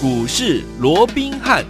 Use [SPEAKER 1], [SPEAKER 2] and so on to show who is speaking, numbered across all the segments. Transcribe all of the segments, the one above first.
[SPEAKER 1] 股市罗宾汉。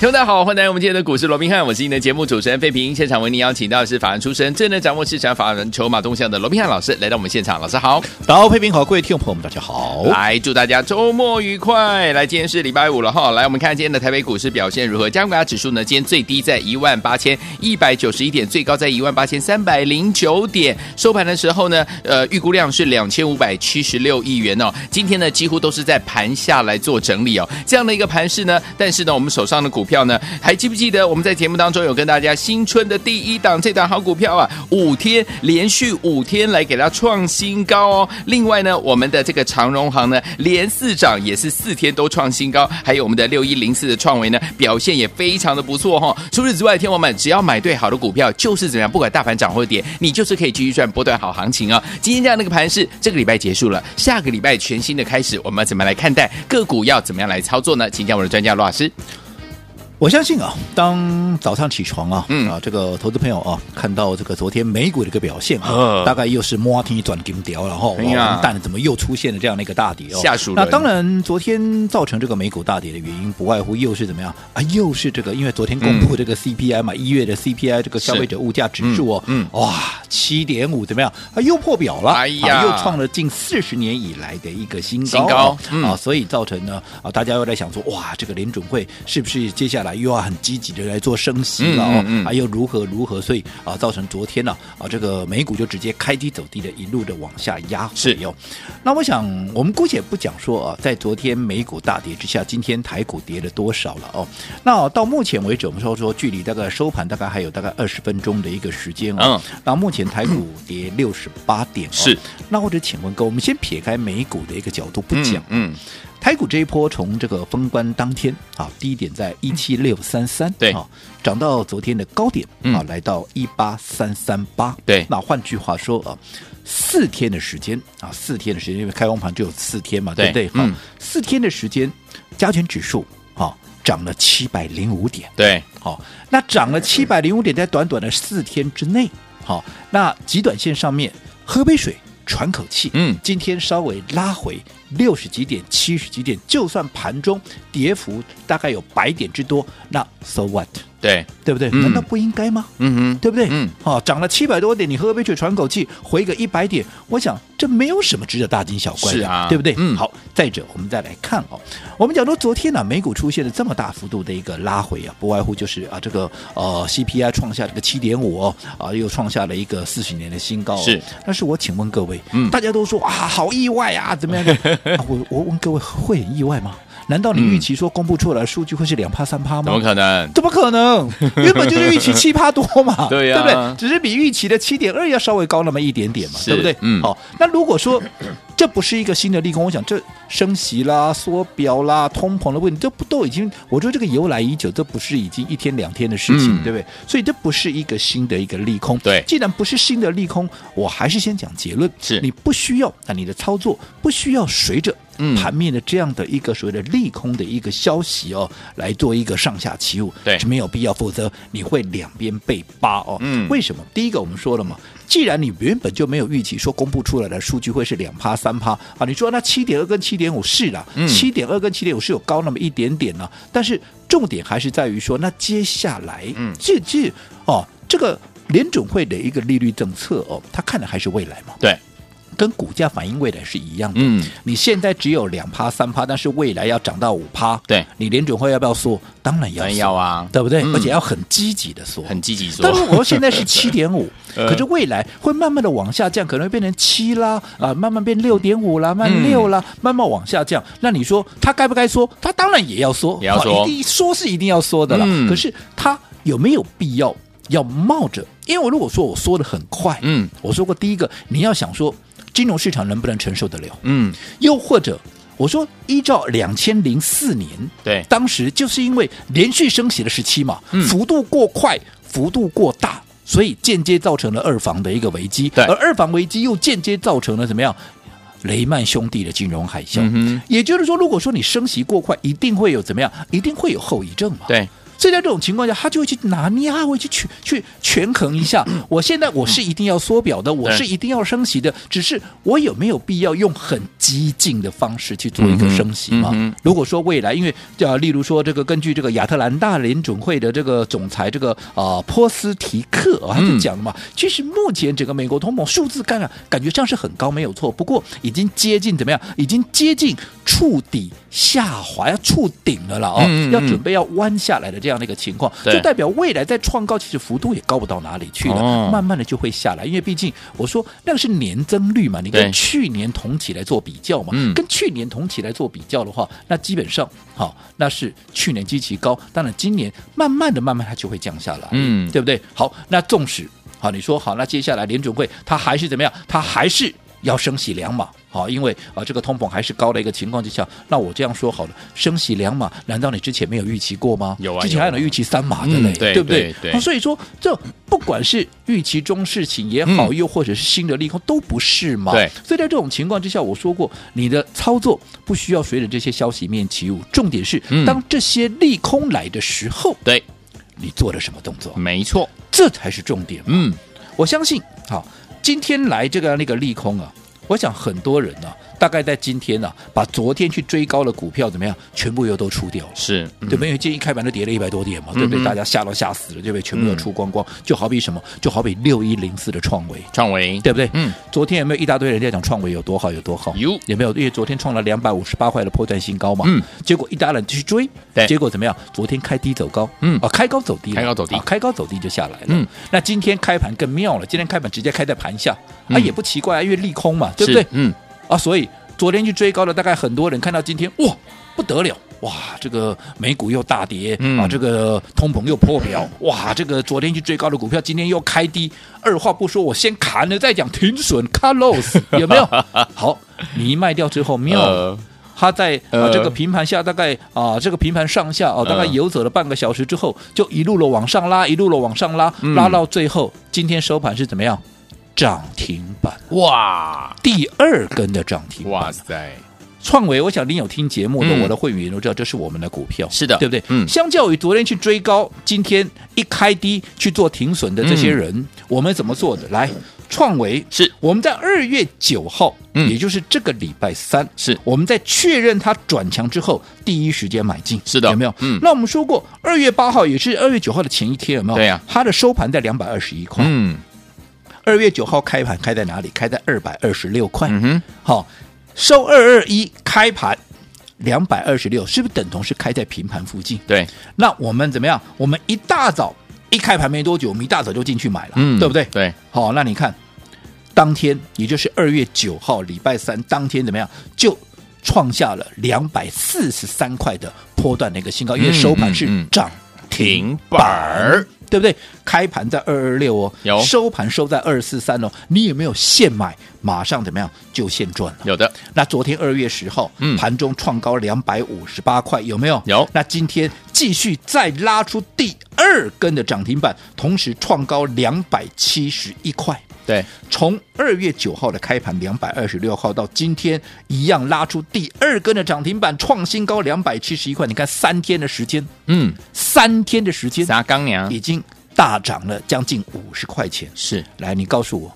[SPEAKER 2] 听众大家好，欢迎来到我们今天的股市罗宾汉，我是你的节目主持人费平。现场为您邀请到的是法案出身、最能掌握市场法人筹码动向的罗宾汉老师来到我们现场，老师好。
[SPEAKER 3] 刀配平好，各位听众朋友们，大家好。
[SPEAKER 2] 来，祝大家周末愉快！来，今天是礼拜五了哈，来，我们看今天的台北股市表现如何？加权指数呢，今天最低在一万八千一百九十一点，最高在一万八千三百零九点，收盘的时候呢，呃，预估量是两千五百七十六亿元哦。今天呢，几乎都是在盘下来做整理哦，这样的一个盘势呢，但是呢，我们手上的股票呢，还记不记得我们在节目当中有跟大家新春的第一档这档好股票啊，五天连续五天来给它创新高哦。另外呢，我们的这个长荣行呢，连四涨也是四天都创新高，还有我们的六一零四的创维呢，表现也非常的不错哈、哦。除此之外，天王们只要买对好的股票，就是怎么样，不管大盘涨或跌，你就是可以继续赚波段好行情啊、哦。今天这样的一个盘势，这个礼拜结束了，下个礼拜全新的开始，我们怎么来看待个股要怎么样来操作呢？请教我们的专家罗老师。
[SPEAKER 3] 我相信啊，当早上起床啊，
[SPEAKER 2] 嗯
[SPEAKER 3] 啊，这个投资朋友啊，看到这个昨天美股的一个表现啊
[SPEAKER 2] 呃，
[SPEAKER 3] 大概又是摸天转金条，然后
[SPEAKER 2] 哎
[SPEAKER 3] 完
[SPEAKER 2] 呀
[SPEAKER 3] 蛋了，怎么又出现了这样的一个大跌哦？
[SPEAKER 2] 吓死人
[SPEAKER 3] 那当然，昨天造成这个美股大跌的原因，不外乎又是怎么样啊？又是这个，因为昨天公布
[SPEAKER 2] 嗯
[SPEAKER 3] 这个 CPI 嘛，一月的 CPI 这个消费者物价指数哦，
[SPEAKER 2] 嗯
[SPEAKER 3] 哇，七点五怎么样？啊，又破表了，
[SPEAKER 2] 哎呀
[SPEAKER 3] 啊又创了近四十年以来的一个新高哦，
[SPEAKER 2] 新高嗯
[SPEAKER 3] 啊，所以造成呢啊，大家又在想说，哇，这个联准会是不是接下来又要很积极的来做升息了哦？
[SPEAKER 2] 嗯嗯嗯
[SPEAKER 3] 啊，又如何如何？所以啊，造成昨天呢啊这个美股就直接开低走低的，一路的往下压回哦。那我想，我们姑且不讲说啊，在昨天美股大跌之下，今天台股跌了多少了哦？那、到目前为止，我们说说距离大概收盘大概还有大概二十分钟的一个时间哦。那目前台股跌六十八点、哦，
[SPEAKER 2] 嗯是。
[SPEAKER 3] 那或者请问各位，我们先撇开美股的一个角度不讲，
[SPEAKER 2] 嗯，嗯
[SPEAKER 3] 台股这一波从这个封关当天啊，低点在一七六三三，
[SPEAKER 2] 对
[SPEAKER 3] 啊，涨到昨天的高点啊
[SPEAKER 2] 嗯，
[SPEAKER 3] 来到一八三三八，
[SPEAKER 2] 对
[SPEAKER 3] 那换句话说啊，四天的时间啊，四天的时间，因为开完盘就有四天嘛，
[SPEAKER 2] 对
[SPEAKER 3] 对不对？
[SPEAKER 2] 嗯
[SPEAKER 3] 好，四天的时间，加权指数啊涨了七百零五点。
[SPEAKER 2] 对，
[SPEAKER 3] 好、那涨
[SPEAKER 2] 嗯
[SPEAKER 3] 了七百零五点，在短短的四天之内，好、那极短线上面喝杯水，喘口气，
[SPEAKER 2] 嗯
[SPEAKER 3] 今天稍微拉回六十几点、七十几点，就算盘中跌幅大概有百点之多，那 so what，
[SPEAKER 2] 对，
[SPEAKER 3] 对不对？
[SPEAKER 2] 嗯
[SPEAKER 3] 难道不应该吗？
[SPEAKER 2] 嗯哼，
[SPEAKER 3] 对不对？
[SPEAKER 2] 嗯，
[SPEAKER 3] 好、涨了七百多点，你喝杯水喘口气，回个一百点，我想这没有什么值得大惊小怪的，
[SPEAKER 2] 是啊
[SPEAKER 3] 对不对？
[SPEAKER 2] 嗯
[SPEAKER 3] 好，再者我们再来看哦，我们讲说昨天呢、美股出现了这么大幅度的一个拉回啊，不外乎就是啊这个呃 CPI 创下这个七点五哦，啊又创下了一个四十年的新高、哦，
[SPEAKER 2] 是。
[SPEAKER 3] 但是我请问各位，
[SPEAKER 2] 嗯
[SPEAKER 3] 大家都说啊好意外啊，怎么样？ 啊我我问各位会很意外吗？难道你预期说公布出来的数据会是两趴三趴吗？
[SPEAKER 2] 嗯怎么可能？
[SPEAKER 3] 怎么可能？原本就是预期七趴多嘛，
[SPEAKER 2] 对呀
[SPEAKER 3] 对不对？只是比预期的七点二要稍微高那么一点点嘛，
[SPEAKER 2] 是
[SPEAKER 3] 对不对？
[SPEAKER 2] 嗯
[SPEAKER 3] 好、那如果说这不是一个新的利空，我想这升息啦、缩表啦、通膨的问题，这不都已经？我觉得这个由来已久，这不是已经一天两天的事情，
[SPEAKER 2] 嗯
[SPEAKER 3] 对不对？所以这不是一个新的一个利空。
[SPEAKER 2] 对
[SPEAKER 3] 既然不是新的利空，我还是先讲结论，
[SPEAKER 2] 是
[SPEAKER 3] 你不需要，那你的操作不需要随着
[SPEAKER 2] 嗯
[SPEAKER 3] 盘面的这样的一个所谓的利空的一个消息哦，来做一个上下起舞，
[SPEAKER 2] 对
[SPEAKER 3] 是没有必要，否则你会两边被扒哦。
[SPEAKER 2] 嗯
[SPEAKER 3] 为什么？第一个我们说了嘛，既然你原本就没有预期说公布出来的数据会是两趴三趴啊，你说那七点二跟七点五是啦
[SPEAKER 2] 嗯，
[SPEAKER 3] 七点二跟七点五是有高那么一点点呢、但是重点还是在于说，那接下来，
[SPEAKER 2] 嗯
[SPEAKER 3] 这这哦，这个联准会的一个利率政策哦，它看的还是未来嘛，
[SPEAKER 2] 对，
[SPEAKER 3] 跟股价反映未来是一样的。
[SPEAKER 2] 嗯，
[SPEAKER 3] 你现在只有两趴三趴，但是未来要涨到五趴，
[SPEAKER 2] 对
[SPEAKER 3] 你联准会要不要缩？当然
[SPEAKER 2] 当
[SPEAKER 3] 要
[SPEAKER 2] 然
[SPEAKER 3] 缩，
[SPEAKER 2] 要啊，
[SPEAKER 3] 对不对？
[SPEAKER 2] 嗯
[SPEAKER 3] 而且要很积极的缩，
[SPEAKER 2] 很积极说
[SPEAKER 3] 但，如果现在 是七点五，
[SPEAKER 2] 呃
[SPEAKER 3] 可是未来会慢慢的往下降，可能会变成七啦，啊、慢慢变六点五啦，
[SPEAKER 2] 嗯
[SPEAKER 3] 慢六啦，慢慢往下降。那你说他该不该缩？他当然也要缩，
[SPEAKER 2] 也要缩
[SPEAKER 3] 好一定缩是一定要缩的啦。
[SPEAKER 2] 嗯
[SPEAKER 3] 可是他有没有必要要冒着？因为我如果说我缩的很快，
[SPEAKER 2] 嗯
[SPEAKER 3] 我说过第一个，你要想说金融市场能不能承受得了，
[SPEAKER 2] 嗯，
[SPEAKER 3] 又或者我说依照两千零四年
[SPEAKER 2] 对，嗯
[SPEAKER 3] 当时就是因为连续升息了十七嘛，幅度过快，幅度过大。所以间接造成了二房的一个危机，
[SPEAKER 2] 对
[SPEAKER 3] 而二房危机又间接造成了怎么样？雷曼兄弟的金融海啸。
[SPEAKER 2] 嗯哼
[SPEAKER 3] 也就是说，如果说你升息过快，一定会有怎么样？一定会有后遗症嘛？
[SPEAKER 2] 对，
[SPEAKER 3] 所以在这种情况下，他就会去拿捏，他会去去去权衡一 下。我现在我是一定要缩表的，我是一定要升息的，只是我有没有必要用很激进的方式去做一个升息嘛？
[SPEAKER 2] 嗯哼
[SPEAKER 3] 如果说未来，因为呃，例如说这个根据这个亚特兰大联准会的这个总裁这个呃波斯提克、啊、他
[SPEAKER 2] 嗯
[SPEAKER 3] 就讲了嘛，其实目前整个美国通膨数字干啊，感觉上是很高，没有错，不过已经接近怎么样？已经接近触底下滑要触顶了啦哦，
[SPEAKER 2] 嗯嗯嗯
[SPEAKER 3] 要准备要弯下来的这样的一个情况，
[SPEAKER 2] 对
[SPEAKER 3] 就代表未来在创高其实幅度也高不到哪里去了，
[SPEAKER 2] 哦
[SPEAKER 3] 慢慢的就会下来，因为毕竟我说那个是年增率嘛，你
[SPEAKER 2] 对
[SPEAKER 3] 跟去年同期来做比较嘛，
[SPEAKER 2] 嗯
[SPEAKER 3] 跟去年同期来做比较的话，那基本上好、那是去年基期高，当然今年慢慢的、慢慢它就会降下来，
[SPEAKER 2] 嗯
[SPEAKER 3] 对不对？好，那纵使好，你说好，那接下来联准会它还是怎么样？它还是要升息两码。好，因为啊、这个通膨还是高的一个情况之下，那我这样说好了，升息两码，难道你之前没有预期过吗？
[SPEAKER 2] 有啊
[SPEAKER 3] 之前还有预期三码的嘞，
[SPEAKER 2] 嗯对
[SPEAKER 3] 对不对？
[SPEAKER 2] 对对
[SPEAKER 3] 啊所以说，这不管是预期中事情也好，
[SPEAKER 2] 嗯
[SPEAKER 3] 又或者是新的利空，都不是嘛。
[SPEAKER 2] 对
[SPEAKER 3] 所以在这种情况之下，我说过，你的操作不需要随着这些消息面起舞，重点是、
[SPEAKER 2] 嗯
[SPEAKER 3] 当这些利空来的时候，
[SPEAKER 2] 对，
[SPEAKER 3] 你做了什么动作，
[SPEAKER 2] 没错，
[SPEAKER 3] 这才是重点。
[SPEAKER 2] 嗯，
[SPEAKER 3] 我相信，好，今天来这个那个利空啊，我想很多人呢、啊，大概在今天呢、啊，把昨天去追高的股票怎么样，全部又都出掉了。
[SPEAKER 2] 是，嗯
[SPEAKER 3] 对不对？因为今天一开盘就跌了一百多点嘛，对不
[SPEAKER 2] 嗯哼
[SPEAKER 3] 对？大家吓都吓死了，对不对？全部都
[SPEAKER 2] 嗯
[SPEAKER 3] 出光光，就好比什么？就好比六一零四的创维，
[SPEAKER 2] 创维，
[SPEAKER 3] 对不对？
[SPEAKER 2] 嗯，
[SPEAKER 3] 昨天有没有一大堆人在讲创维有多好有多好？
[SPEAKER 2] 有
[SPEAKER 3] 有没有？因为昨天创了两百五十八块的破绽新高嘛，
[SPEAKER 2] 嗯，
[SPEAKER 3] 结果一大人去追，
[SPEAKER 2] 对
[SPEAKER 3] 结果怎么样？昨天开低走高，
[SPEAKER 2] 嗯
[SPEAKER 3] 啊，开高走低了，
[SPEAKER 2] 开高走低
[SPEAKER 3] 啊开高走低就下来了，
[SPEAKER 2] 嗯，
[SPEAKER 3] 那今天开盘更妙了，今天开盘直接开在盘下，啊，
[SPEAKER 2] 嗯
[SPEAKER 3] 也不奇怪啊，因为利空嘛，对
[SPEAKER 2] 是
[SPEAKER 3] 不对？
[SPEAKER 2] 嗯，
[SPEAKER 3] 啊，所以昨天去追高的，大概很多人看到今天，哇，不得了。哇，这个美股又大跌、
[SPEAKER 2] 嗯
[SPEAKER 3] 啊，这个通膨又破表，哇，这个昨天去追高的股票今天又开低，二话不说，我先砍了再讲停损 c a l o s 有没有？好，你一卖掉之后，妙了，
[SPEAKER 2] 呃
[SPEAKER 3] 它在啊
[SPEAKER 2] 呃
[SPEAKER 3] 这个平盘下大概啊这个平盘上下啊大概
[SPEAKER 2] 嗯
[SPEAKER 3] 游走了半个小时之后，就一路的往上拉，一路的往上拉，
[SPEAKER 2] 嗯
[SPEAKER 3] 拉到最后，今天收盘是怎么样？涨停板，
[SPEAKER 2] 哇
[SPEAKER 3] 第二根的涨停板
[SPEAKER 2] 哇。塞，
[SPEAKER 3] 创维，我想您有听节目的，
[SPEAKER 2] 嗯
[SPEAKER 3] 我的会员都知道这是我们的股票，
[SPEAKER 2] 是的
[SPEAKER 3] 对不对？
[SPEAKER 2] 嗯
[SPEAKER 3] 相较于昨天去追高，今天一开低去做停损的这些人，我们怎么做的？来，创维
[SPEAKER 2] 嗯是
[SPEAKER 3] 我们在二月九号，
[SPEAKER 2] 嗯
[SPEAKER 3] 也就是这个礼拜三，
[SPEAKER 2] 是
[SPEAKER 3] 我们在确认它转强之后，第一时间买进，
[SPEAKER 2] 是的
[SPEAKER 3] 有没有？
[SPEAKER 2] 嗯
[SPEAKER 3] 那我们说过，二月八号也是二月九号的前一天，有没有？
[SPEAKER 2] 对呀
[SPEAKER 3] 它的收盘在两百二十一块，
[SPEAKER 2] 嗯
[SPEAKER 3] 二、月九号开盘开在哪里？开在二百二十六块，
[SPEAKER 2] 嗯哼，
[SPEAKER 3] 好、收二二一开盘两百二十六，是不是等同是开在平盘附近？
[SPEAKER 2] 对，
[SPEAKER 3] 那我们怎么样？我们一大早一开盘没多久，我们一大早就进去买了，
[SPEAKER 2] 嗯，
[SPEAKER 3] 对不对？
[SPEAKER 2] 对，
[SPEAKER 3] 好、那你看当天，也就是二月九号礼拜三当天怎么样？就创下了两百四十三块的波段的一个新高，因为
[SPEAKER 2] 嗯
[SPEAKER 3] 收盘
[SPEAKER 2] 嗯
[SPEAKER 3] 是
[SPEAKER 2] 嗯
[SPEAKER 3] 涨停
[SPEAKER 2] 停板儿，
[SPEAKER 3] 对不对？开盘在二二六哦，
[SPEAKER 2] 有
[SPEAKER 3] 收盘收在二四三哦，你有没有现买？马上怎么样就现赚了？
[SPEAKER 2] 有的，
[SPEAKER 3] 那昨天二月十号，
[SPEAKER 2] 嗯
[SPEAKER 3] 盘中创高两百五十八块，有没有？
[SPEAKER 2] 有
[SPEAKER 3] 那今天继续再拉出第二根的涨停板，同时创高两百七十一块。
[SPEAKER 2] 对，
[SPEAKER 3] 从二月九号的开盘两百二十六号到今天，一样拉出第二根的涨停板，创新高两百七十一块。你看三天的时间，
[SPEAKER 2] 嗯，
[SPEAKER 3] 三天的时间
[SPEAKER 2] 砸钢娘
[SPEAKER 3] 已经大涨了将近五十块钱。
[SPEAKER 2] 是
[SPEAKER 3] 来，你告诉我，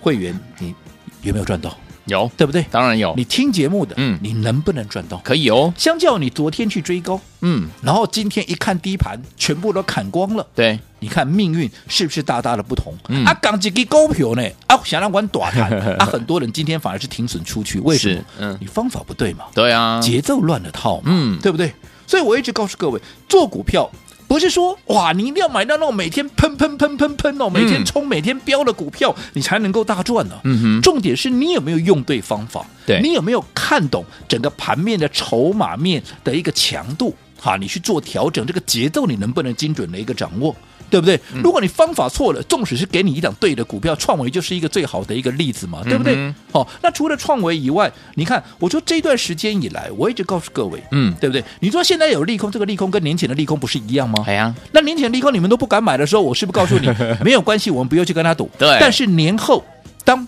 [SPEAKER 3] 会员你有没有赚到？
[SPEAKER 2] 有，
[SPEAKER 3] 对不对？
[SPEAKER 2] 当然有
[SPEAKER 3] 你，听节目的，
[SPEAKER 2] 嗯
[SPEAKER 3] 你能不能赚到？
[SPEAKER 2] 可以哦，
[SPEAKER 3] 相较你昨天去追高，
[SPEAKER 2] 嗯，
[SPEAKER 3] 然后今天一看低盘，全部都砍光了。
[SPEAKER 2] 对，
[SPEAKER 3] 你看命运是不是大大的不同？
[SPEAKER 2] 嗯
[SPEAKER 3] 啊，港几个股票呢？啊，想让玩短 谈，啊，很多人今天反而是停损出去，为什么
[SPEAKER 2] 是？嗯
[SPEAKER 3] 你方法不对嘛，
[SPEAKER 2] 对啊，
[SPEAKER 3] 节奏乱了套嘛，
[SPEAKER 2] 嗯
[SPEAKER 3] 对不对？所以我一直告诉各位，做股票不是说哇，你一定要买到那种每天喷喷喷喷喷哦，每天冲、每天飙的股票，你才能够大赚呢、
[SPEAKER 2] 嗯哼
[SPEAKER 3] 重点是你有没有用对方法，
[SPEAKER 2] 对
[SPEAKER 3] 你有没有看懂整个盘面的筹码面的一个强度哈，你去做调整，这个节奏你能不能精准的一个掌握？对不对？
[SPEAKER 2] 嗯
[SPEAKER 3] 如果你方法错了，纵使是给你一档对的股票，创维就是一个最好的一个例子嘛，对不对？
[SPEAKER 2] 嗯
[SPEAKER 3] 哦，那除了创维以外，你看，我说这段时间以来，我一直告诉各位，
[SPEAKER 2] 嗯
[SPEAKER 3] 对不对？你说现在有利空，这个利空跟年前的利空不是一样吗？
[SPEAKER 2] 哎呀，
[SPEAKER 3] 那年前利空你们都 不敢买的时候，我是不是告诉你没有关系，我们不用去跟他赌？
[SPEAKER 2] 对
[SPEAKER 3] 但是年后当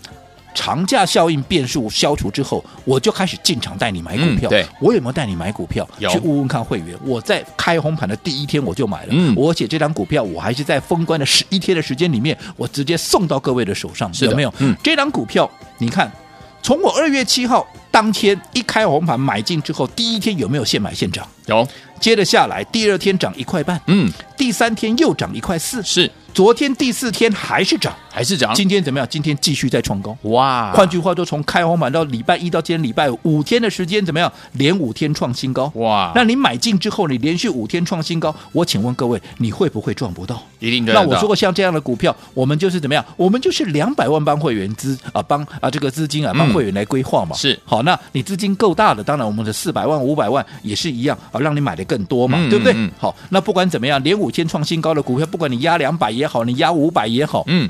[SPEAKER 3] 长假效应变数消除之后，我就开始进场带你买股票。
[SPEAKER 2] 嗯对
[SPEAKER 3] 我有没有带你买股票？
[SPEAKER 2] 有
[SPEAKER 3] 去问问看会员。我在开红盘的第一天我就买了，
[SPEAKER 2] 嗯
[SPEAKER 3] 我而且这张股票我还是在封关的十一天的时间里面，我直接送到各位的手上，
[SPEAKER 2] 是的
[SPEAKER 3] 有没有？
[SPEAKER 2] 嗯
[SPEAKER 3] 这张股票你看。从我二月七号当天一开红盘买进之后，第一天有没有现买现涨？
[SPEAKER 2] 有，
[SPEAKER 3] 接着下来，第二天涨一块半，
[SPEAKER 2] 嗯，
[SPEAKER 3] 第三天又涨一块四，
[SPEAKER 2] 是
[SPEAKER 3] 昨天第四天还是涨，
[SPEAKER 2] 还是涨？
[SPEAKER 3] 今天怎么样？今天继续再创高。
[SPEAKER 2] 哇，
[SPEAKER 3] 换句话说，从开红盘到礼拜一到今天礼拜五，五天的时间怎么样？连五天创新高。
[SPEAKER 2] 哇，
[SPEAKER 3] 那你买进之后，你连续五天创新高，我请问各位，你会不会赚不到？
[SPEAKER 2] 一定赚
[SPEAKER 3] 那
[SPEAKER 2] 得到。
[SPEAKER 3] 我说过，像这样的股票，我们就是怎么样？我们就是两百万帮会员资啊，帮啊这个资金啊，帮
[SPEAKER 2] 嗯
[SPEAKER 3] 会员来规划嘛。
[SPEAKER 2] 是
[SPEAKER 3] 好，那你资金够大的，当然我们的四百万、五百万也是一样啊，让你买的更多嘛，
[SPEAKER 2] 嗯
[SPEAKER 3] 对不对？
[SPEAKER 2] 嗯嗯
[SPEAKER 3] 好，那不管怎么样，连五天创新高的股票，不管你压两百也好，你压五百也好，
[SPEAKER 2] 嗯，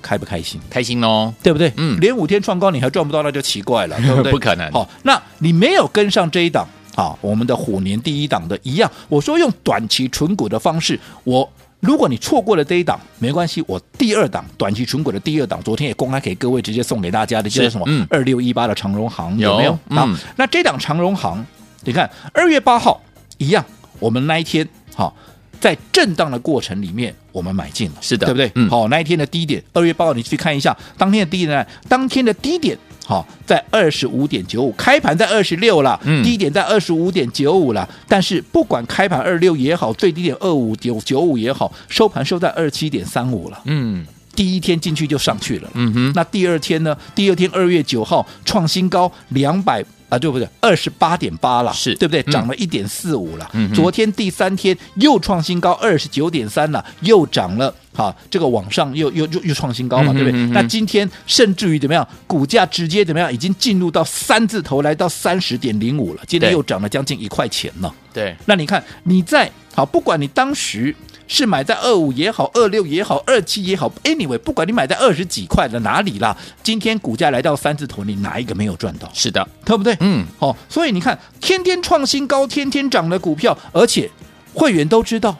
[SPEAKER 3] 开不开心？
[SPEAKER 2] 开心喽。
[SPEAKER 3] 对不对？
[SPEAKER 2] 嗯
[SPEAKER 3] 连五天创高你还赚不到，那就奇怪了，对不 对？
[SPEAKER 2] 不可能
[SPEAKER 3] 好，那你没有跟上这一档啊，我们的虎年第一档的一样，我说用短期存股的方式，我。如果你错过了这一档，没关系，我第二档短期存股的第二档，昨天也公开给各位直接送给大家的，就是什么？
[SPEAKER 2] 嗯
[SPEAKER 3] 二六一八的长荣行有没有？
[SPEAKER 2] 有
[SPEAKER 3] 啊
[SPEAKER 2] 嗯
[SPEAKER 3] 那这档长荣行，你看二月八号一样，我们那一天好、在震荡的过程里面，我们买进了，
[SPEAKER 2] 是的
[SPEAKER 3] 对不对？
[SPEAKER 2] 嗯
[SPEAKER 3] 好、那一天的低点，二月八号你去看一下，当天的低点呢，当天的低点。好，在二十五点九五，开盘在二十六了，
[SPEAKER 2] 嗯
[SPEAKER 3] 低点在二十五点九五了。但是不管开盘二六也好，最低点二五九九五也好，收盘收在二七点三五了。
[SPEAKER 2] 嗯
[SPEAKER 3] 第一天进去就上去了，
[SPEAKER 2] 嗯哼，
[SPEAKER 3] 那第二天呢？第二天二月九号创新高两百啊，对不对？二十八点八了，
[SPEAKER 2] 是
[SPEAKER 3] 对不对？
[SPEAKER 2] 嗯
[SPEAKER 3] 涨了一点四五了。
[SPEAKER 2] 嗯哼
[SPEAKER 3] 昨天第三天又创新高二十九点三了，又涨了。好，这个往上又又又又创新高嘛，
[SPEAKER 2] 嗯哼
[SPEAKER 3] 对不对？
[SPEAKER 2] 嗯哼
[SPEAKER 3] 那今天甚至于怎么样，股价直接怎么样，已经进入到三字头，来到三十点零五了。今天
[SPEAKER 2] 对
[SPEAKER 3] 又涨了将近一块钱了。
[SPEAKER 2] 对，
[SPEAKER 3] 那你看你在好，不管你当时是买在二五也好，二六也好，二七也好，anyway，不管你买在二十几块的哪里啦，今天股价来到三字头，你哪一个没有赚到？
[SPEAKER 2] 是的，
[SPEAKER 3] 对不对？
[SPEAKER 2] 嗯，
[SPEAKER 3] 哦，所以你看，天天创新高，天天涨的股票，而且会员都知道，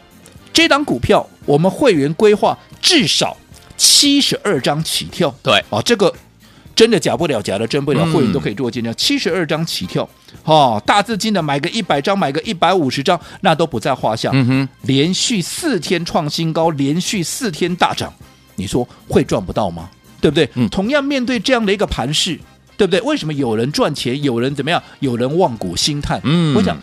[SPEAKER 3] 这档股票我们会员规划至少七十二张起跳。
[SPEAKER 2] 对，
[SPEAKER 3] 哦，这个真的假不了，假的真不了，
[SPEAKER 2] 嗯
[SPEAKER 3] 会员都可以做见证，七十二张起跳，哦，大资金的买个一百张，买个一百五十张，那都不在话下。
[SPEAKER 2] 嗯哼，
[SPEAKER 3] 连续四天创新高，连续四天大涨，你说会赚不到吗？对不对？
[SPEAKER 2] 嗯
[SPEAKER 3] 同样面对这样的一个盘势，对不对？为什么有人赚钱，有人怎么样，有人望股兴叹？
[SPEAKER 2] 嗯
[SPEAKER 3] 我想，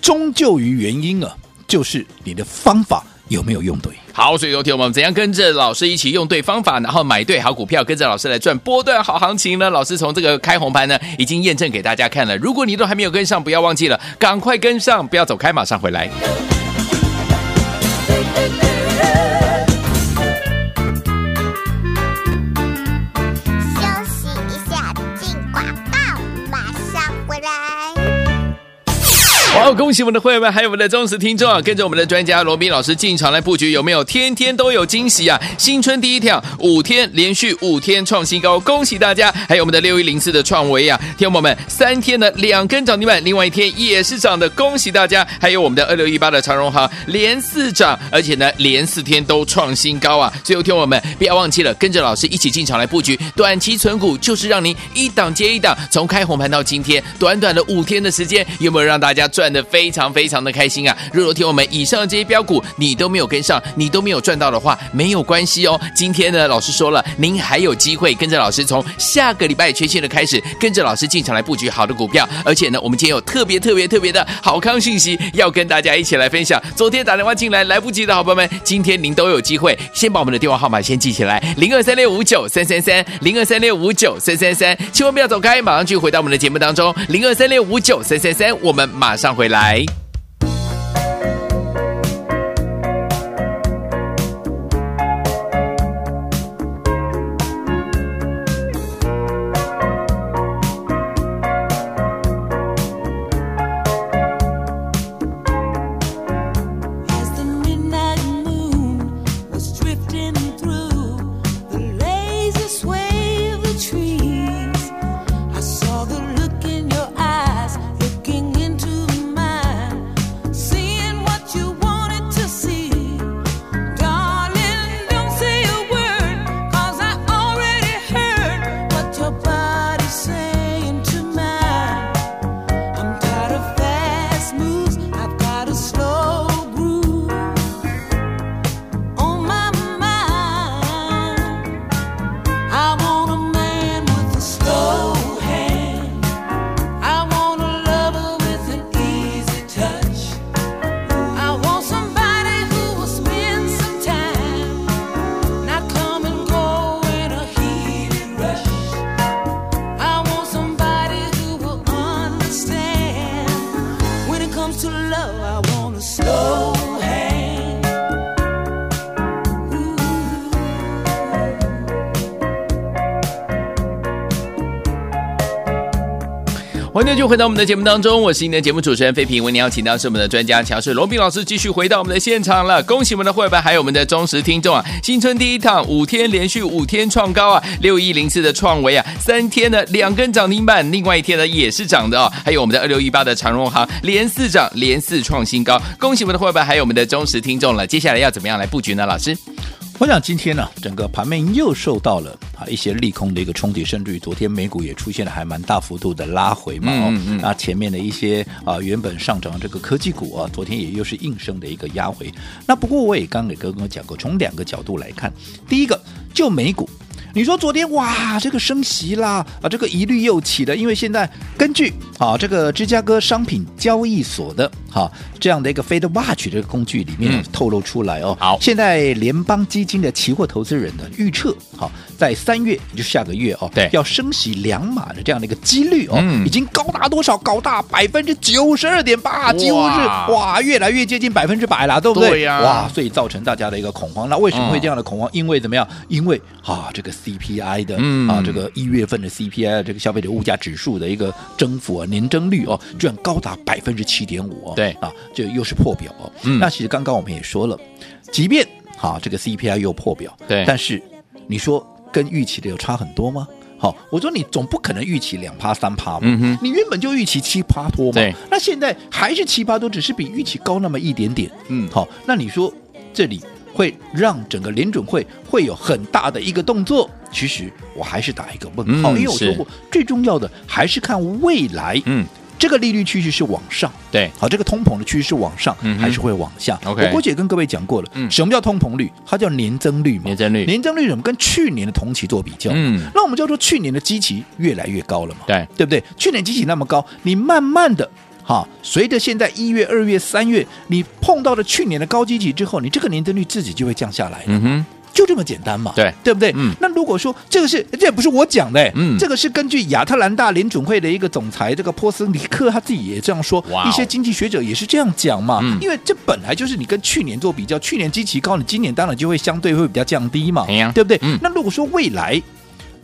[SPEAKER 3] 终究于原因啊，就是你的方法有没有用对。
[SPEAKER 2] 好，所以昨天我们怎样跟着老师一起用对方法，然后买对好股票，跟着老师来赚波段好行情呢？老师从这个开红盘呢，已经验证给大家看了。如果你都还没有跟上，不要忘记了，赶快跟上，不要走开，马上回来。
[SPEAKER 4] 休息一下，进广告，马上回来。
[SPEAKER 2] 哇！恭喜我们的会员们，还有我们的忠实听众啊！跟着我们的专家罗斌老师进场来布局，有没有天天都有惊喜啊？新春第一跳，五天连续五天创新高，恭喜大家！还有我们的六一零四的创维啊，听众朋友们，三天呢两根涨停板，另外一天也是涨的，恭喜大家！还有我们的二六一八的长荣行连四涨，而且呢连四天都创新高啊！所以有听我们不要忘记了，跟着老师一起进场来布局，短期存股就是让您一档接一档，从开红盘到今天，短短的五天的时间，有没有让大家赚的非常非常的开心啊？如果听我们以上的这些标股你都没有跟上，你都没有赚到的话，没有关系哦。今天呢，老师说了，您还有机会跟着老师从下个礼拜缺线的开始，跟着老师进场来布局好的股票，而且呢，我们今天有特别特别特别的好康讯息要跟大家一起来分享。昨天打电话进来来不及的好朋友们，今天您都有机会，先把我们的电话号码先记起来，零二三六五九三三三，零二三六五九三三三，千万不要走开，马上去回到我们的节目当中，零二三六五九三三三，我们马上回来。
[SPEAKER 5] As the midnight moon was drifting through the lazy sway of the trees, I saw the look in your eyes, looking into mine.
[SPEAKER 2] 欢迎就回到我们的节目当中，我是您的节目主持人费平，为您邀请到是我们的专家乔氏罗斌老师，继续回到我们的现场了。恭喜我们的会员，还有我们的忠实听众啊！新春第一趟五天连续五天创高啊，六一零四的创维啊，三天呢两根涨停板，另外一天呢也是涨的哦。还有我们的二六一八的长荣行连四涨，连四创新高。恭喜我们的会员，还有我们的忠实听众了。接下来要怎么样来布局呢？老师，
[SPEAKER 3] 我想今天呢、整个盘面又受到了啊一些利空的一个冲击，甚至于昨天美股也出现了还蛮大幅度的拉回
[SPEAKER 2] 嗯
[SPEAKER 3] 嘛。
[SPEAKER 2] 嗯
[SPEAKER 3] 哦，那前面的一些啊、原本上涨的这个科技股啊，昨天也又是应声的一个压回。那不过我也刚给哥哥讲过，从两个角度来看，第一个就美股。你说昨天哇，这个升息啦啊，这个疑虑又起了，因为现在根据啊这个芝加哥商品交易所的哈、啊、这样的一个 Fed Watch 这个工具里面
[SPEAKER 2] 嗯
[SPEAKER 3] 透露出来哦，
[SPEAKER 2] 好
[SPEAKER 3] 现在联邦基金的期货投资人的预测，好、在三月也就下个月哦，
[SPEAKER 2] 对
[SPEAKER 3] 要升息两码的这样的一个几率哦，
[SPEAKER 2] 嗯
[SPEAKER 3] 已经高达多少？高达百分之九十二点八，几乎是
[SPEAKER 2] 哇
[SPEAKER 3] 哇，越来越接近百分之百了，对不对？
[SPEAKER 2] 对呀
[SPEAKER 3] 哇，所以造成大家的一个恐慌。那为什么会这样的恐慌？因为怎么样？因为啊，这个 CPI 的、
[SPEAKER 2] 嗯
[SPEAKER 3] 啊，这个一月份的 CPI 的这个消费者物价指数的一个增幅啊，年增率哦，居然高达百分之七点五哦，
[SPEAKER 2] 对
[SPEAKER 3] 啊，这又是破表哦。
[SPEAKER 2] 嗯
[SPEAKER 3] 那其实刚刚我们也说了，即便啊这个 CPI 又破表，
[SPEAKER 2] 对
[SPEAKER 3] 但是你说跟预期的有差很多吗？好，我说你总不可能预期两趴三趴嘛，
[SPEAKER 2] 嗯哼
[SPEAKER 3] 你原本就预期七趴多嘛，
[SPEAKER 2] 对
[SPEAKER 3] 那现在还是七八多，只是比预期高那么一点点。
[SPEAKER 2] 嗯
[SPEAKER 3] 好，那你说这里会让整个联准会会有很大的一个动作？其实我还是打一个问
[SPEAKER 2] 嗯
[SPEAKER 3] 号，因为我说
[SPEAKER 2] 是
[SPEAKER 3] 过，最重要的还是看未来。
[SPEAKER 2] 嗯，
[SPEAKER 3] 这个利率趋势是往上，
[SPEAKER 2] 对，
[SPEAKER 3] 好，这个通膨的趋势是往上、
[SPEAKER 2] 嗯哼
[SPEAKER 3] 还是会往下。
[SPEAKER 2] OK
[SPEAKER 3] 我过去也跟各位讲过了，
[SPEAKER 2] 嗯
[SPEAKER 3] 什么叫通膨率？它叫年增率嘛。
[SPEAKER 2] 年增率
[SPEAKER 3] 年增率是什么？跟去年的同期做比较。
[SPEAKER 2] 嗯
[SPEAKER 3] 那我们叫做去年的基期越来越高了嘛。
[SPEAKER 2] 对，
[SPEAKER 3] 对不对？去年基期那么高，你慢慢的。哈，随着现在一月、二月、三月，你碰到了去年的高基期之后，你这个年增率自己就会降下来，
[SPEAKER 2] 嗯哼，
[SPEAKER 3] 就这么简单嘛，
[SPEAKER 2] 对
[SPEAKER 3] 对不对？
[SPEAKER 2] 嗯
[SPEAKER 3] 那如果说这个是，这也不是我讲的，
[SPEAKER 2] 嗯
[SPEAKER 3] 这个是根据亚特兰大联准会的一个总裁这个波斯尼克他自己也这样说，
[SPEAKER 2] 哇哦
[SPEAKER 3] 一些经济学者也是这样讲嘛，
[SPEAKER 2] 嗯
[SPEAKER 3] 因为这本来就是你跟去年做比较，去年基期高，你今年当然就会相对会比较降低嘛，
[SPEAKER 2] 哎呀
[SPEAKER 3] 对不对？
[SPEAKER 2] 嗯
[SPEAKER 3] 那如果说未来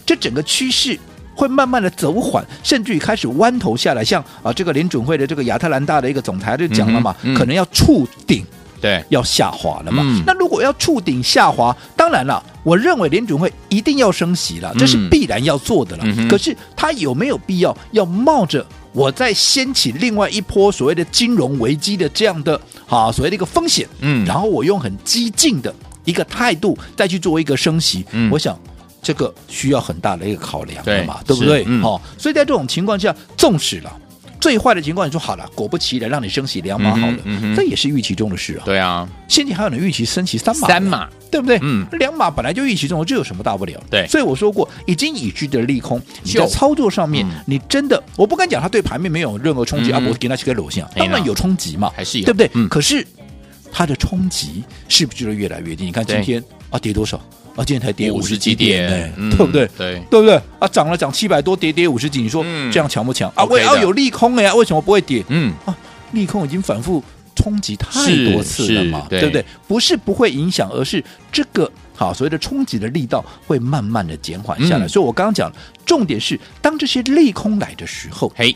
[SPEAKER 3] 这整个趋势。会慢慢的走缓，甚至于开始弯头下来，像啊这个联准会的这个亚特兰大的一个总裁就讲了嘛，
[SPEAKER 2] 嗯哼嗯
[SPEAKER 3] 可能要触顶
[SPEAKER 2] 对，
[SPEAKER 3] 要下滑了嘛。
[SPEAKER 2] 嗯
[SPEAKER 3] 那如果要触顶下滑，当然了，我认为联准会一定要升息了，这是必然要做的了。
[SPEAKER 2] 嗯哼
[SPEAKER 3] 可是它有没有必要要冒着？我在掀起另外一波所谓的金融危机的这样的啊，所谓的一个风险，
[SPEAKER 2] 嗯
[SPEAKER 3] 然后我用很激进的一个态度再去做一个升息，
[SPEAKER 2] 嗯
[SPEAKER 3] 我想这个需要很大的一个考量的嘛，
[SPEAKER 2] 对
[SPEAKER 3] 对不对
[SPEAKER 2] 是？嗯
[SPEAKER 3] 好、所以在这种情况下，纵使了最坏的情况，你说好了，果不其然让你升息两码好了，
[SPEAKER 2] 嗯哼嗯哼
[SPEAKER 3] 这也是预期中的事啊。
[SPEAKER 2] 对啊，
[SPEAKER 3] 先前还有人预期升息三码，
[SPEAKER 2] 三码，
[SPEAKER 3] 对不对？
[SPEAKER 2] 嗯
[SPEAKER 3] 两码本来就预期中，这有什么大不了？
[SPEAKER 2] 对
[SPEAKER 3] 所以我说过，已经已知的利空，你在
[SPEAKER 2] 就
[SPEAKER 3] 操作上面，
[SPEAKER 2] 嗯
[SPEAKER 3] 你真的，我不敢讲它对盘面没有任何冲击、啊，
[SPEAKER 2] 嗯
[SPEAKER 3] 我给它去给裸下，
[SPEAKER 2] 哎呀
[SPEAKER 3] 当然有冲击嘛，
[SPEAKER 2] 还是有
[SPEAKER 3] 对不对？
[SPEAKER 2] 嗯
[SPEAKER 3] 可是它的冲击是不是就越来越低？你看今
[SPEAKER 2] 对
[SPEAKER 3] 天啊，跌多少？啊，今天才跌
[SPEAKER 2] 50
[SPEAKER 3] 50几点呢，
[SPEAKER 2] 嗯
[SPEAKER 3] 对不对？
[SPEAKER 2] 对，
[SPEAKER 3] 对不对？啊，涨了涨七百多，跌跌五十几，你说
[SPEAKER 2] 嗯
[SPEAKER 3] 这样强不强？啊，
[SPEAKER 2] OK
[SPEAKER 3] 我也要
[SPEAKER 2] 的
[SPEAKER 3] 有利空哎呀，为什么不会跌？
[SPEAKER 2] 嗯，
[SPEAKER 3] 啊，利空已经反复冲击太
[SPEAKER 2] 是
[SPEAKER 3] 多次了嘛
[SPEAKER 2] 是，对
[SPEAKER 3] 对不对？不是不会影响，而是这个好所谓的冲击的力道会慢慢的减缓下来。
[SPEAKER 2] 嗯
[SPEAKER 3] 所以我刚刚讲，重点是当这些利空来的时候，
[SPEAKER 2] 嘿，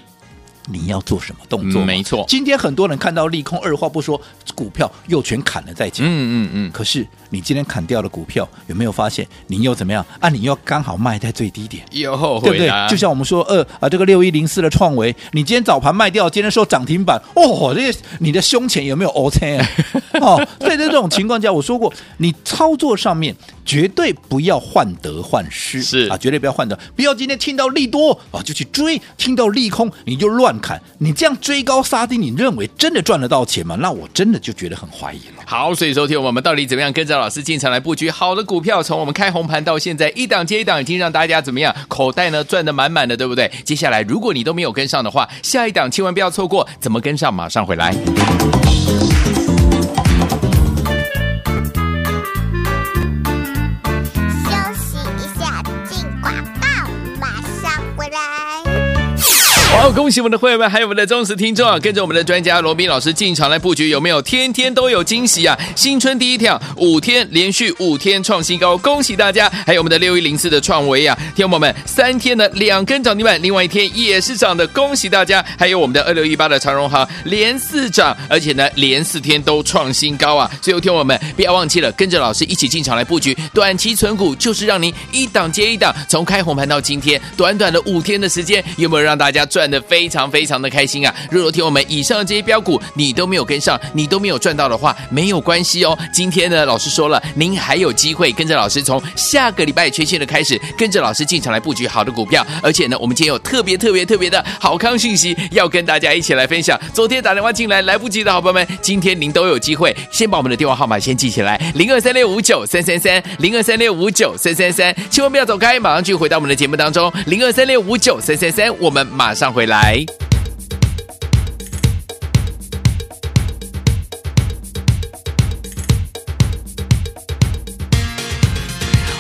[SPEAKER 3] 你要做什么动作
[SPEAKER 2] 嗯
[SPEAKER 3] 嘛？
[SPEAKER 2] 没错
[SPEAKER 3] 今天很多人看到利空，二话不说，股票又全砍了再讲。
[SPEAKER 2] 嗯嗯嗯，
[SPEAKER 3] 可是你今天砍掉了股票，有没有发现你又怎么样啊？你又刚好卖在最低点，
[SPEAKER 2] 又后
[SPEAKER 3] 对不
[SPEAKER 2] 悔
[SPEAKER 3] 对
[SPEAKER 2] 啦，？
[SPEAKER 3] 就像我们说，呃啊，这个六一零四的创维，你今天早盘卖掉，今天收涨停板，哦，这你的胸前有没有 O 签啊？哦，所以在这种情况下，我说过，你操作上面绝对不要患得患失，
[SPEAKER 2] 是
[SPEAKER 3] 啊，绝对不要患得，不要今天听到利多啊就去追，听到利空你就乱砍，你这样追高杀低，你认为真的赚得到钱吗？那我真的就觉得很怀疑了。
[SPEAKER 2] 好，所以昨天我们到底怎么样跟着老师进场来布局好的股票？从我们开红盘到现在，一档接一档，已经让大家怎么样？口袋呢赚得满满的，对不对？接下来如果你都没有跟上的话，下一档千万不要错过。怎么跟上？马上回来。
[SPEAKER 4] 休息一下，进广告，马上回来。
[SPEAKER 2] 哇哦，恭喜我们的会员们，还有我们的忠实听众啊！跟着我们的专家罗宾老师进场来布局，有没有天天都有惊喜啊？新春第一跳，五天连续五天创新高，恭喜大家！还有我们的六一零四的创维啊，听众朋友们，三天的两根涨停板，另外一天也是涨的，恭喜大家！还有我们的二六一八的长荣行连四涨，而且呢连四天都创新高啊！所以，听众朋友们不要忘记了，跟着老师一起进场来布局，短期存股就是让您一档接一档，从开红盘到今天，短短的五天的时间，有没有让大家赚的非常非常的开心啊？如果听我们以上的这些标股你都没有跟上，你都没有赚到的话，没有关系哦。今天呢，老师说了，您还有机会跟着老师从下个礼拜缺线的开始，跟着老师进场来布局好的股票。而且呢，我们今天有特别特别特别的好康讯息要跟大家一起来分享。昨天打电话进来来不及的好朋友们，今天您都有机会，先把我们的电话号码先记起来，零二三六五九三三三，零二三六五九三三三，千万不要走开，马上去回到我们的节目当中，零二三六五九三三三，我们马上回来。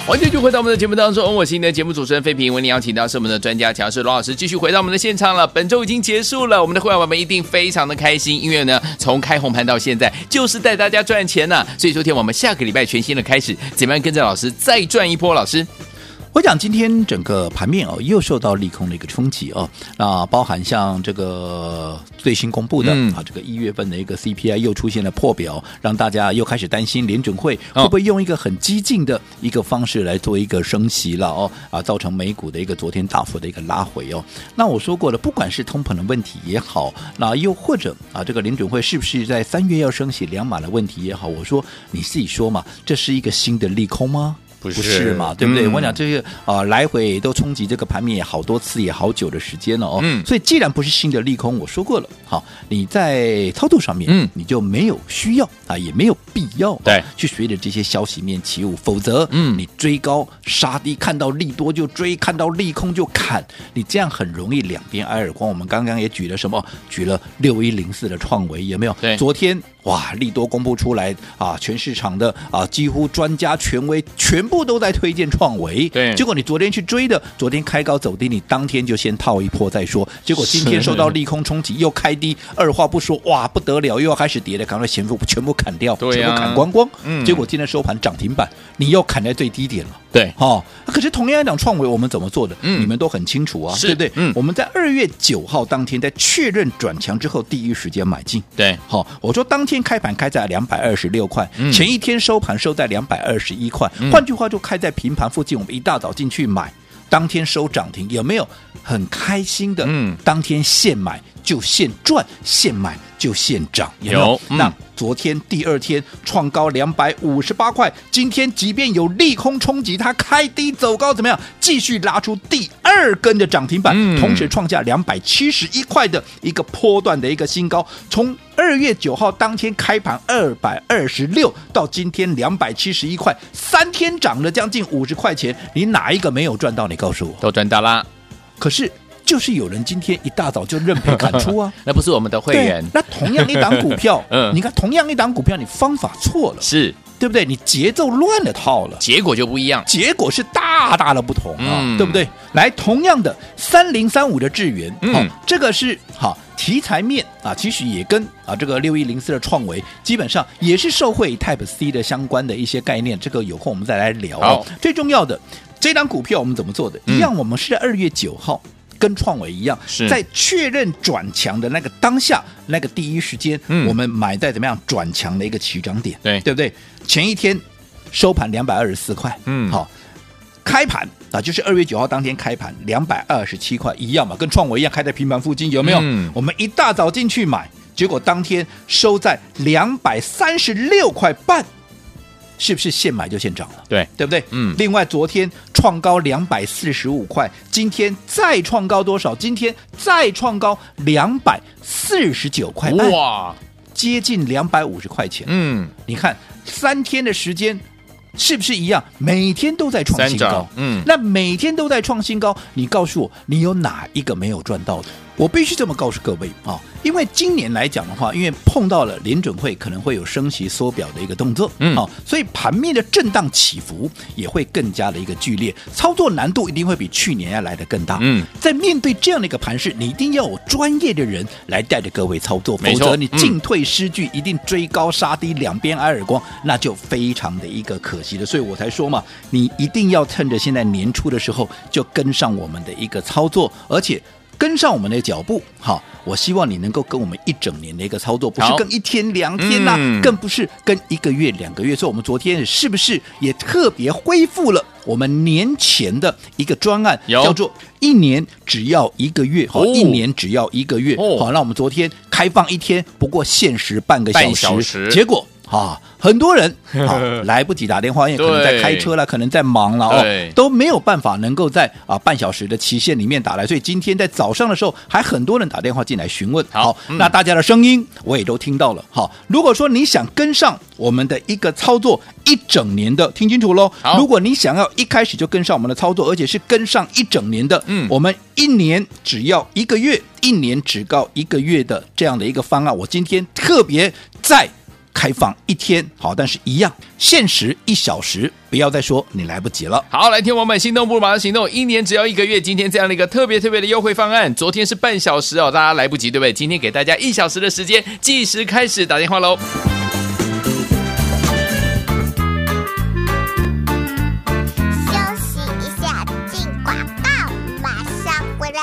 [SPEAKER 2] 欢迎继续回到我们的节目当中，我是你的节目主持人费平。为你邀请到是我们的专家强势罗老师，继续回到我们的现场了。本周已经结束了，我们的会员们一定非常的开心，因为呢，从开红盘到现在，就是带大家赚钱呢、所以昨天我们下个礼拜全新的开始，怎么样跟着老师再赚一波？老师，
[SPEAKER 3] 我讲今天整个盘面哦，又受到利空的一个冲击哦。那包含像这个最新公布的、
[SPEAKER 2] 嗯
[SPEAKER 3] 啊，这个一月份的一个 CPI 又出现了破表，让大家又开始担心联准会
[SPEAKER 2] 哦
[SPEAKER 3] 会不会用一个很激进的一个方式来做一个升息了哦啊，造成美股的一个昨天大幅的一个拉回哦。那我说过了，不管是通膨的问题也好，那又或者啊，这个联准会是不是在三月要升息两码的问题也好，我说你自己说嘛，这是一个新的利空吗？
[SPEAKER 2] 不
[SPEAKER 3] 不是嘛，对不对？
[SPEAKER 2] 嗯
[SPEAKER 3] 我讲这个啊、呃来回都冲击这个盘面也好多次，也好久的时间了哦。
[SPEAKER 2] 嗯
[SPEAKER 3] 所以既然不是新的利空，我说过了，好，你在操作上面，
[SPEAKER 2] 嗯
[SPEAKER 3] 你就没有需要啊，也没有必要、啊、
[SPEAKER 2] 对
[SPEAKER 3] 去随着这些消息面起舞，否则，
[SPEAKER 2] 嗯
[SPEAKER 3] 你追高杀低，看到利多就追，看到利空就砍，你这样很容易两边挨耳光。我们刚刚也举了什么？举了六一零四的创维，有没有？
[SPEAKER 2] 对
[SPEAKER 3] 昨天哇，利多公布出来啊，全市场的啊，几乎专家权威全部都在推荐创维。
[SPEAKER 2] 对
[SPEAKER 3] 结果你昨天去追的，昨天开高走低，你当天就先套一波再说。结果今天
[SPEAKER 2] 是
[SPEAKER 3] 受到利空冲击，又开低，二话不说，哇，不得了，又要开始跌了，赶快全部全部砍掉，
[SPEAKER 2] 对啊
[SPEAKER 3] 全部砍光光。
[SPEAKER 2] 嗯
[SPEAKER 3] 结果今天收盘涨停板，你又砍在最低点了。
[SPEAKER 2] 对，
[SPEAKER 3] 哦，可是同样一档创维，我们怎么做的，
[SPEAKER 2] 嗯
[SPEAKER 3] 你们都很清楚啊，
[SPEAKER 2] 是
[SPEAKER 3] 对不对？
[SPEAKER 2] 嗯
[SPEAKER 3] 我们在二月九号当天，在确认转强之后，第一时间买进。
[SPEAKER 2] 对，
[SPEAKER 3] 好、我说当天开盘开在两百二十六块，
[SPEAKER 2] 嗯
[SPEAKER 3] 前一天收盘收在两百二十一块，
[SPEAKER 2] 嗯
[SPEAKER 3] 换句话就开在平盘附近，我们一大早进去买。当天收涨停有没有很开心的？
[SPEAKER 2] 嗯
[SPEAKER 3] 当天现买就现赚，现买就现涨，有没
[SPEAKER 2] 有
[SPEAKER 3] 有？
[SPEAKER 2] 嗯
[SPEAKER 3] 那昨天第二天创高两百五十八块，今天即便有利空冲击，它开低走高怎么样？继续拉出第二根的涨停板，
[SPEAKER 2] 嗯
[SPEAKER 3] 同时创下两百七十一块的一个波段的一个新高，从。二月九号当天开盘二百二十六，到今天两百七十一块，三天涨了将近五十块钱，你哪一个没有赚到？你告诉我。
[SPEAKER 2] 都赚到啦，
[SPEAKER 3] 可是就是有人今天一大早就认赔砍出啊，
[SPEAKER 2] 那不是我们的会
[SPEAKER 3] 对，
[SPEAKER 2] 员，，
[SPEAKER 3] 那同样一档股票
[SPEAKER 2] 嗯
[SPEAKER 3] 你看同样一档股票，你方法错了，
[SPEAKER 2] 是
[SPEAKER 3] 对不对？你节奏乱了套了。
[SPEAKER 2] 结果就不一样，
[SPEAKER 3] 结果是大大的不同啊，
[SPEAKER 2] 嗯
[SPEAKER 3] 对不对？来，同样的三零三五的智源，
[SPEAKER 2] 嗯
[SPEAKER 3] 好这个是好题材面啊，其实也跟啊这个六一零四的创维基本上也是受惠 Type C 的相关的一些概念，这个有空我们再来聊、啊
[SPEAKER 2] 好
[SPEAKER 3] 最重要的这张股票我们怎么做的？
[SPEAKER 2] 嗯
[SPEAKER 3] 一样，我们是在二月九号。跟创维一样
[SPEAKER 2] 是，
[SPEAKER 3] 在确认转强的那个当下，那个第一时间，
[SPEAKER 2] 嗯
[SPEAKER 3] 我们买在怎么样转强的一个起涨点，
[SPEAKER 2] 对
[SPEAKER 3] 对不对？前一天收盘两百二十四块，
[SPEAKER 2] 嗯
[SPEAKER 3] 好。开盘啊，就是二月九号当天开盘，两百二十七块一样嘛，跟创维一样开在平盘附近，有没有？
[SPEAKER 2] 嗯
[SPEAKER 3] 我们一大早进去买，结果当天收在两百三十六块半，是不是现买就现涨了？
[SPEAKER 2] 对，
[SPEAKER 3] 对不对？
[SPEAKER 2] 嗯
[SPEAKER 3] 另外，昨天创高两百四十五块，今天再创高多少？今天再创高两百四十九块半，
[SPEAKER 2] 哇，
[SPEAKER 3] 接近两百五十块钱。
[SPEAKER 2] 嗯，
[SPEAKER 3] 你看三天的时间。是不是一样？每天都在创新
[SPEAKER 2] 三
[SPEAKER 3] 高
[SPEAKER 2] 涨，嗯
[SPEAKER 3] 那每天都在创新高，你告诉我，你有哪一个没有赚到的？我必须这么告诉各位啊、因为今年来讲的话，因为碰到了联准会可能会有升息缩表的一个动作，
[SPEAKER 2] 嗯
[SPEAKER 3] 好、所以盘面的震荡起伏也会更加的一个剧烈，操作难度一定会比去年要来的更大。
[SPEAKER 2] 嗯，
[SPEAKER 3] 在面对这样的一个盘势，你一定要有专业的人来带着各位操作，
[SPEAKER 2] 没
[SPEAKER 3] 否
[SPEAKER 2] 错
[SPEAKER 3] 则你
[SPEAKER 2] 嗯
[SPEAKER 3] 进退失据，一定追高杀低，两边挨耳光，那就非常的一个可惜了。所以我才说嘛，你一定要趁着现在年初的时候就跟上我们的一个操作，而且。跟上我们的脚步，好，我希望你能够跟我们一整年的一个操作，不是
[SPEAKER 2] 好
[SPEAKER 3] 跟一天两天啦、
[SPEAKER 2] 嗯
[SPEAKER 3] 更不是跟一个月两个月。所以，我们昨天是不是也特别恢复了我们年前的一个专案，
[SPEAKER 2] 有
[SPEAKER 3] 叫做一年只要一个月，好、
[SPEAKER 2] 哦
[SPEAKER 3] 一年只要一个月，
[SPEAKER 2] 哦
[SPEAKER 3] 好，那我们昨天开放一天，不过限时半个小
[SPEAKER 2] 半
[SPEAKER 3] 时，
[SPEAKER 2] 小时
[SPEAKER 3] 结果。啊，很多 人啊来不及打电话，因为可能在
[SPEAKER 2] 对
[SPEAKER 3] 开车了，可能在忙了哦
[SPEAKER 2] 对，
[SPEAKER 3] 都没有办法能够在啊半小时的期限里面打来，所以今天在早上的时候，还很多人打电话进来询问。
[SPEAKER 2] 好嗯
[SPEAKER 3] 那大家的声音我也都听到了。好，如果说你想跟上我们的一个操作一整年的，听清楚喽
[SPEAKER 2] 好。
[SPEAKER 3] 如果你想要一开始就跟上我们的操作，而且是跟上一整年的，
[SPEAKER 2] 嗯
[SPEAKER 3] 我们一年只要一个月，一年只告一个月的这样的一个方案，我今天特别在。开放一天好，但是一样限时一小时，不要再说你来不及了。
[SPEAKER 2] 好，来，天王们，心动不如马上行动，一年只要一个月。今天这样的一个特别特别的优惠方案，昨天是半小时哦，大家来不及，对不对？今天给大家一小时的时间，计时开始打电话喽。
[SPEAKER 4] 休息一下，进广告，马上回来。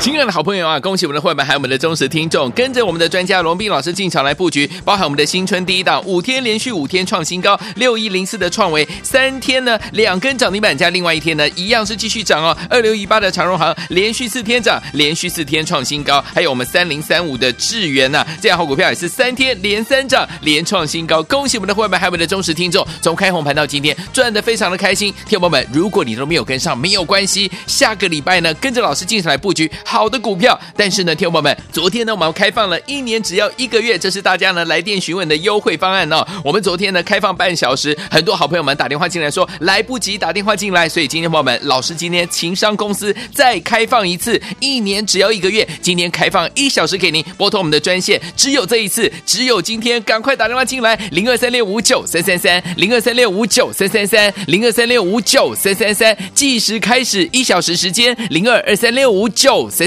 [SPEAKER 2] 亲爱的好朋友啊，恭喜我们的会员，还有我们的忠实听众，跟着我们的专家龙斌老师进场来布局，包啊含我们的新春第一档，五天连续五天创新高，六一零四的创维，三天呢两根涨停板加另外一天呢一样是继续涨哦，二六一八的长荣行连续四天涨，连续四天创新高，还有我们三零三五的智源呐、这样好股票也是三天连三涨，连创新高，恭喜我们的会员，还有我们的忠实听众，从开红盘到今天赚的非常的开心，听友们，如果你都没有跟上，没有关系，下个礼拜呢跟着老师进场来布局好的股票。但是呢，听友们，昨天呢我们开放了一年只要一个月，这是大家呢来电询问的优惠方案哦。我们昨天呢开放半小时，很多好朋友们打电话进来说来不及打电话进来，所以今天朋友们，老师今天情商公司再开放一次，一年只要一个月，今天开放一小时给您拨通我们的专线，只有这一次，只有今天，赶快打电话进来，零二三六五九三三三，零二三六五九三三三，零二三六五九三三三，计时开始一小时时间，零二二三六五九三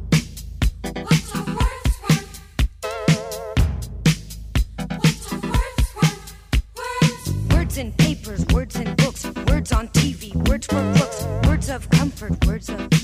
[SPEAKER 5] What's the first one? What's the first one? Words.
[SPEAKER 6] Words in papers, words in books, words on TV, words for books, words of comfort, words of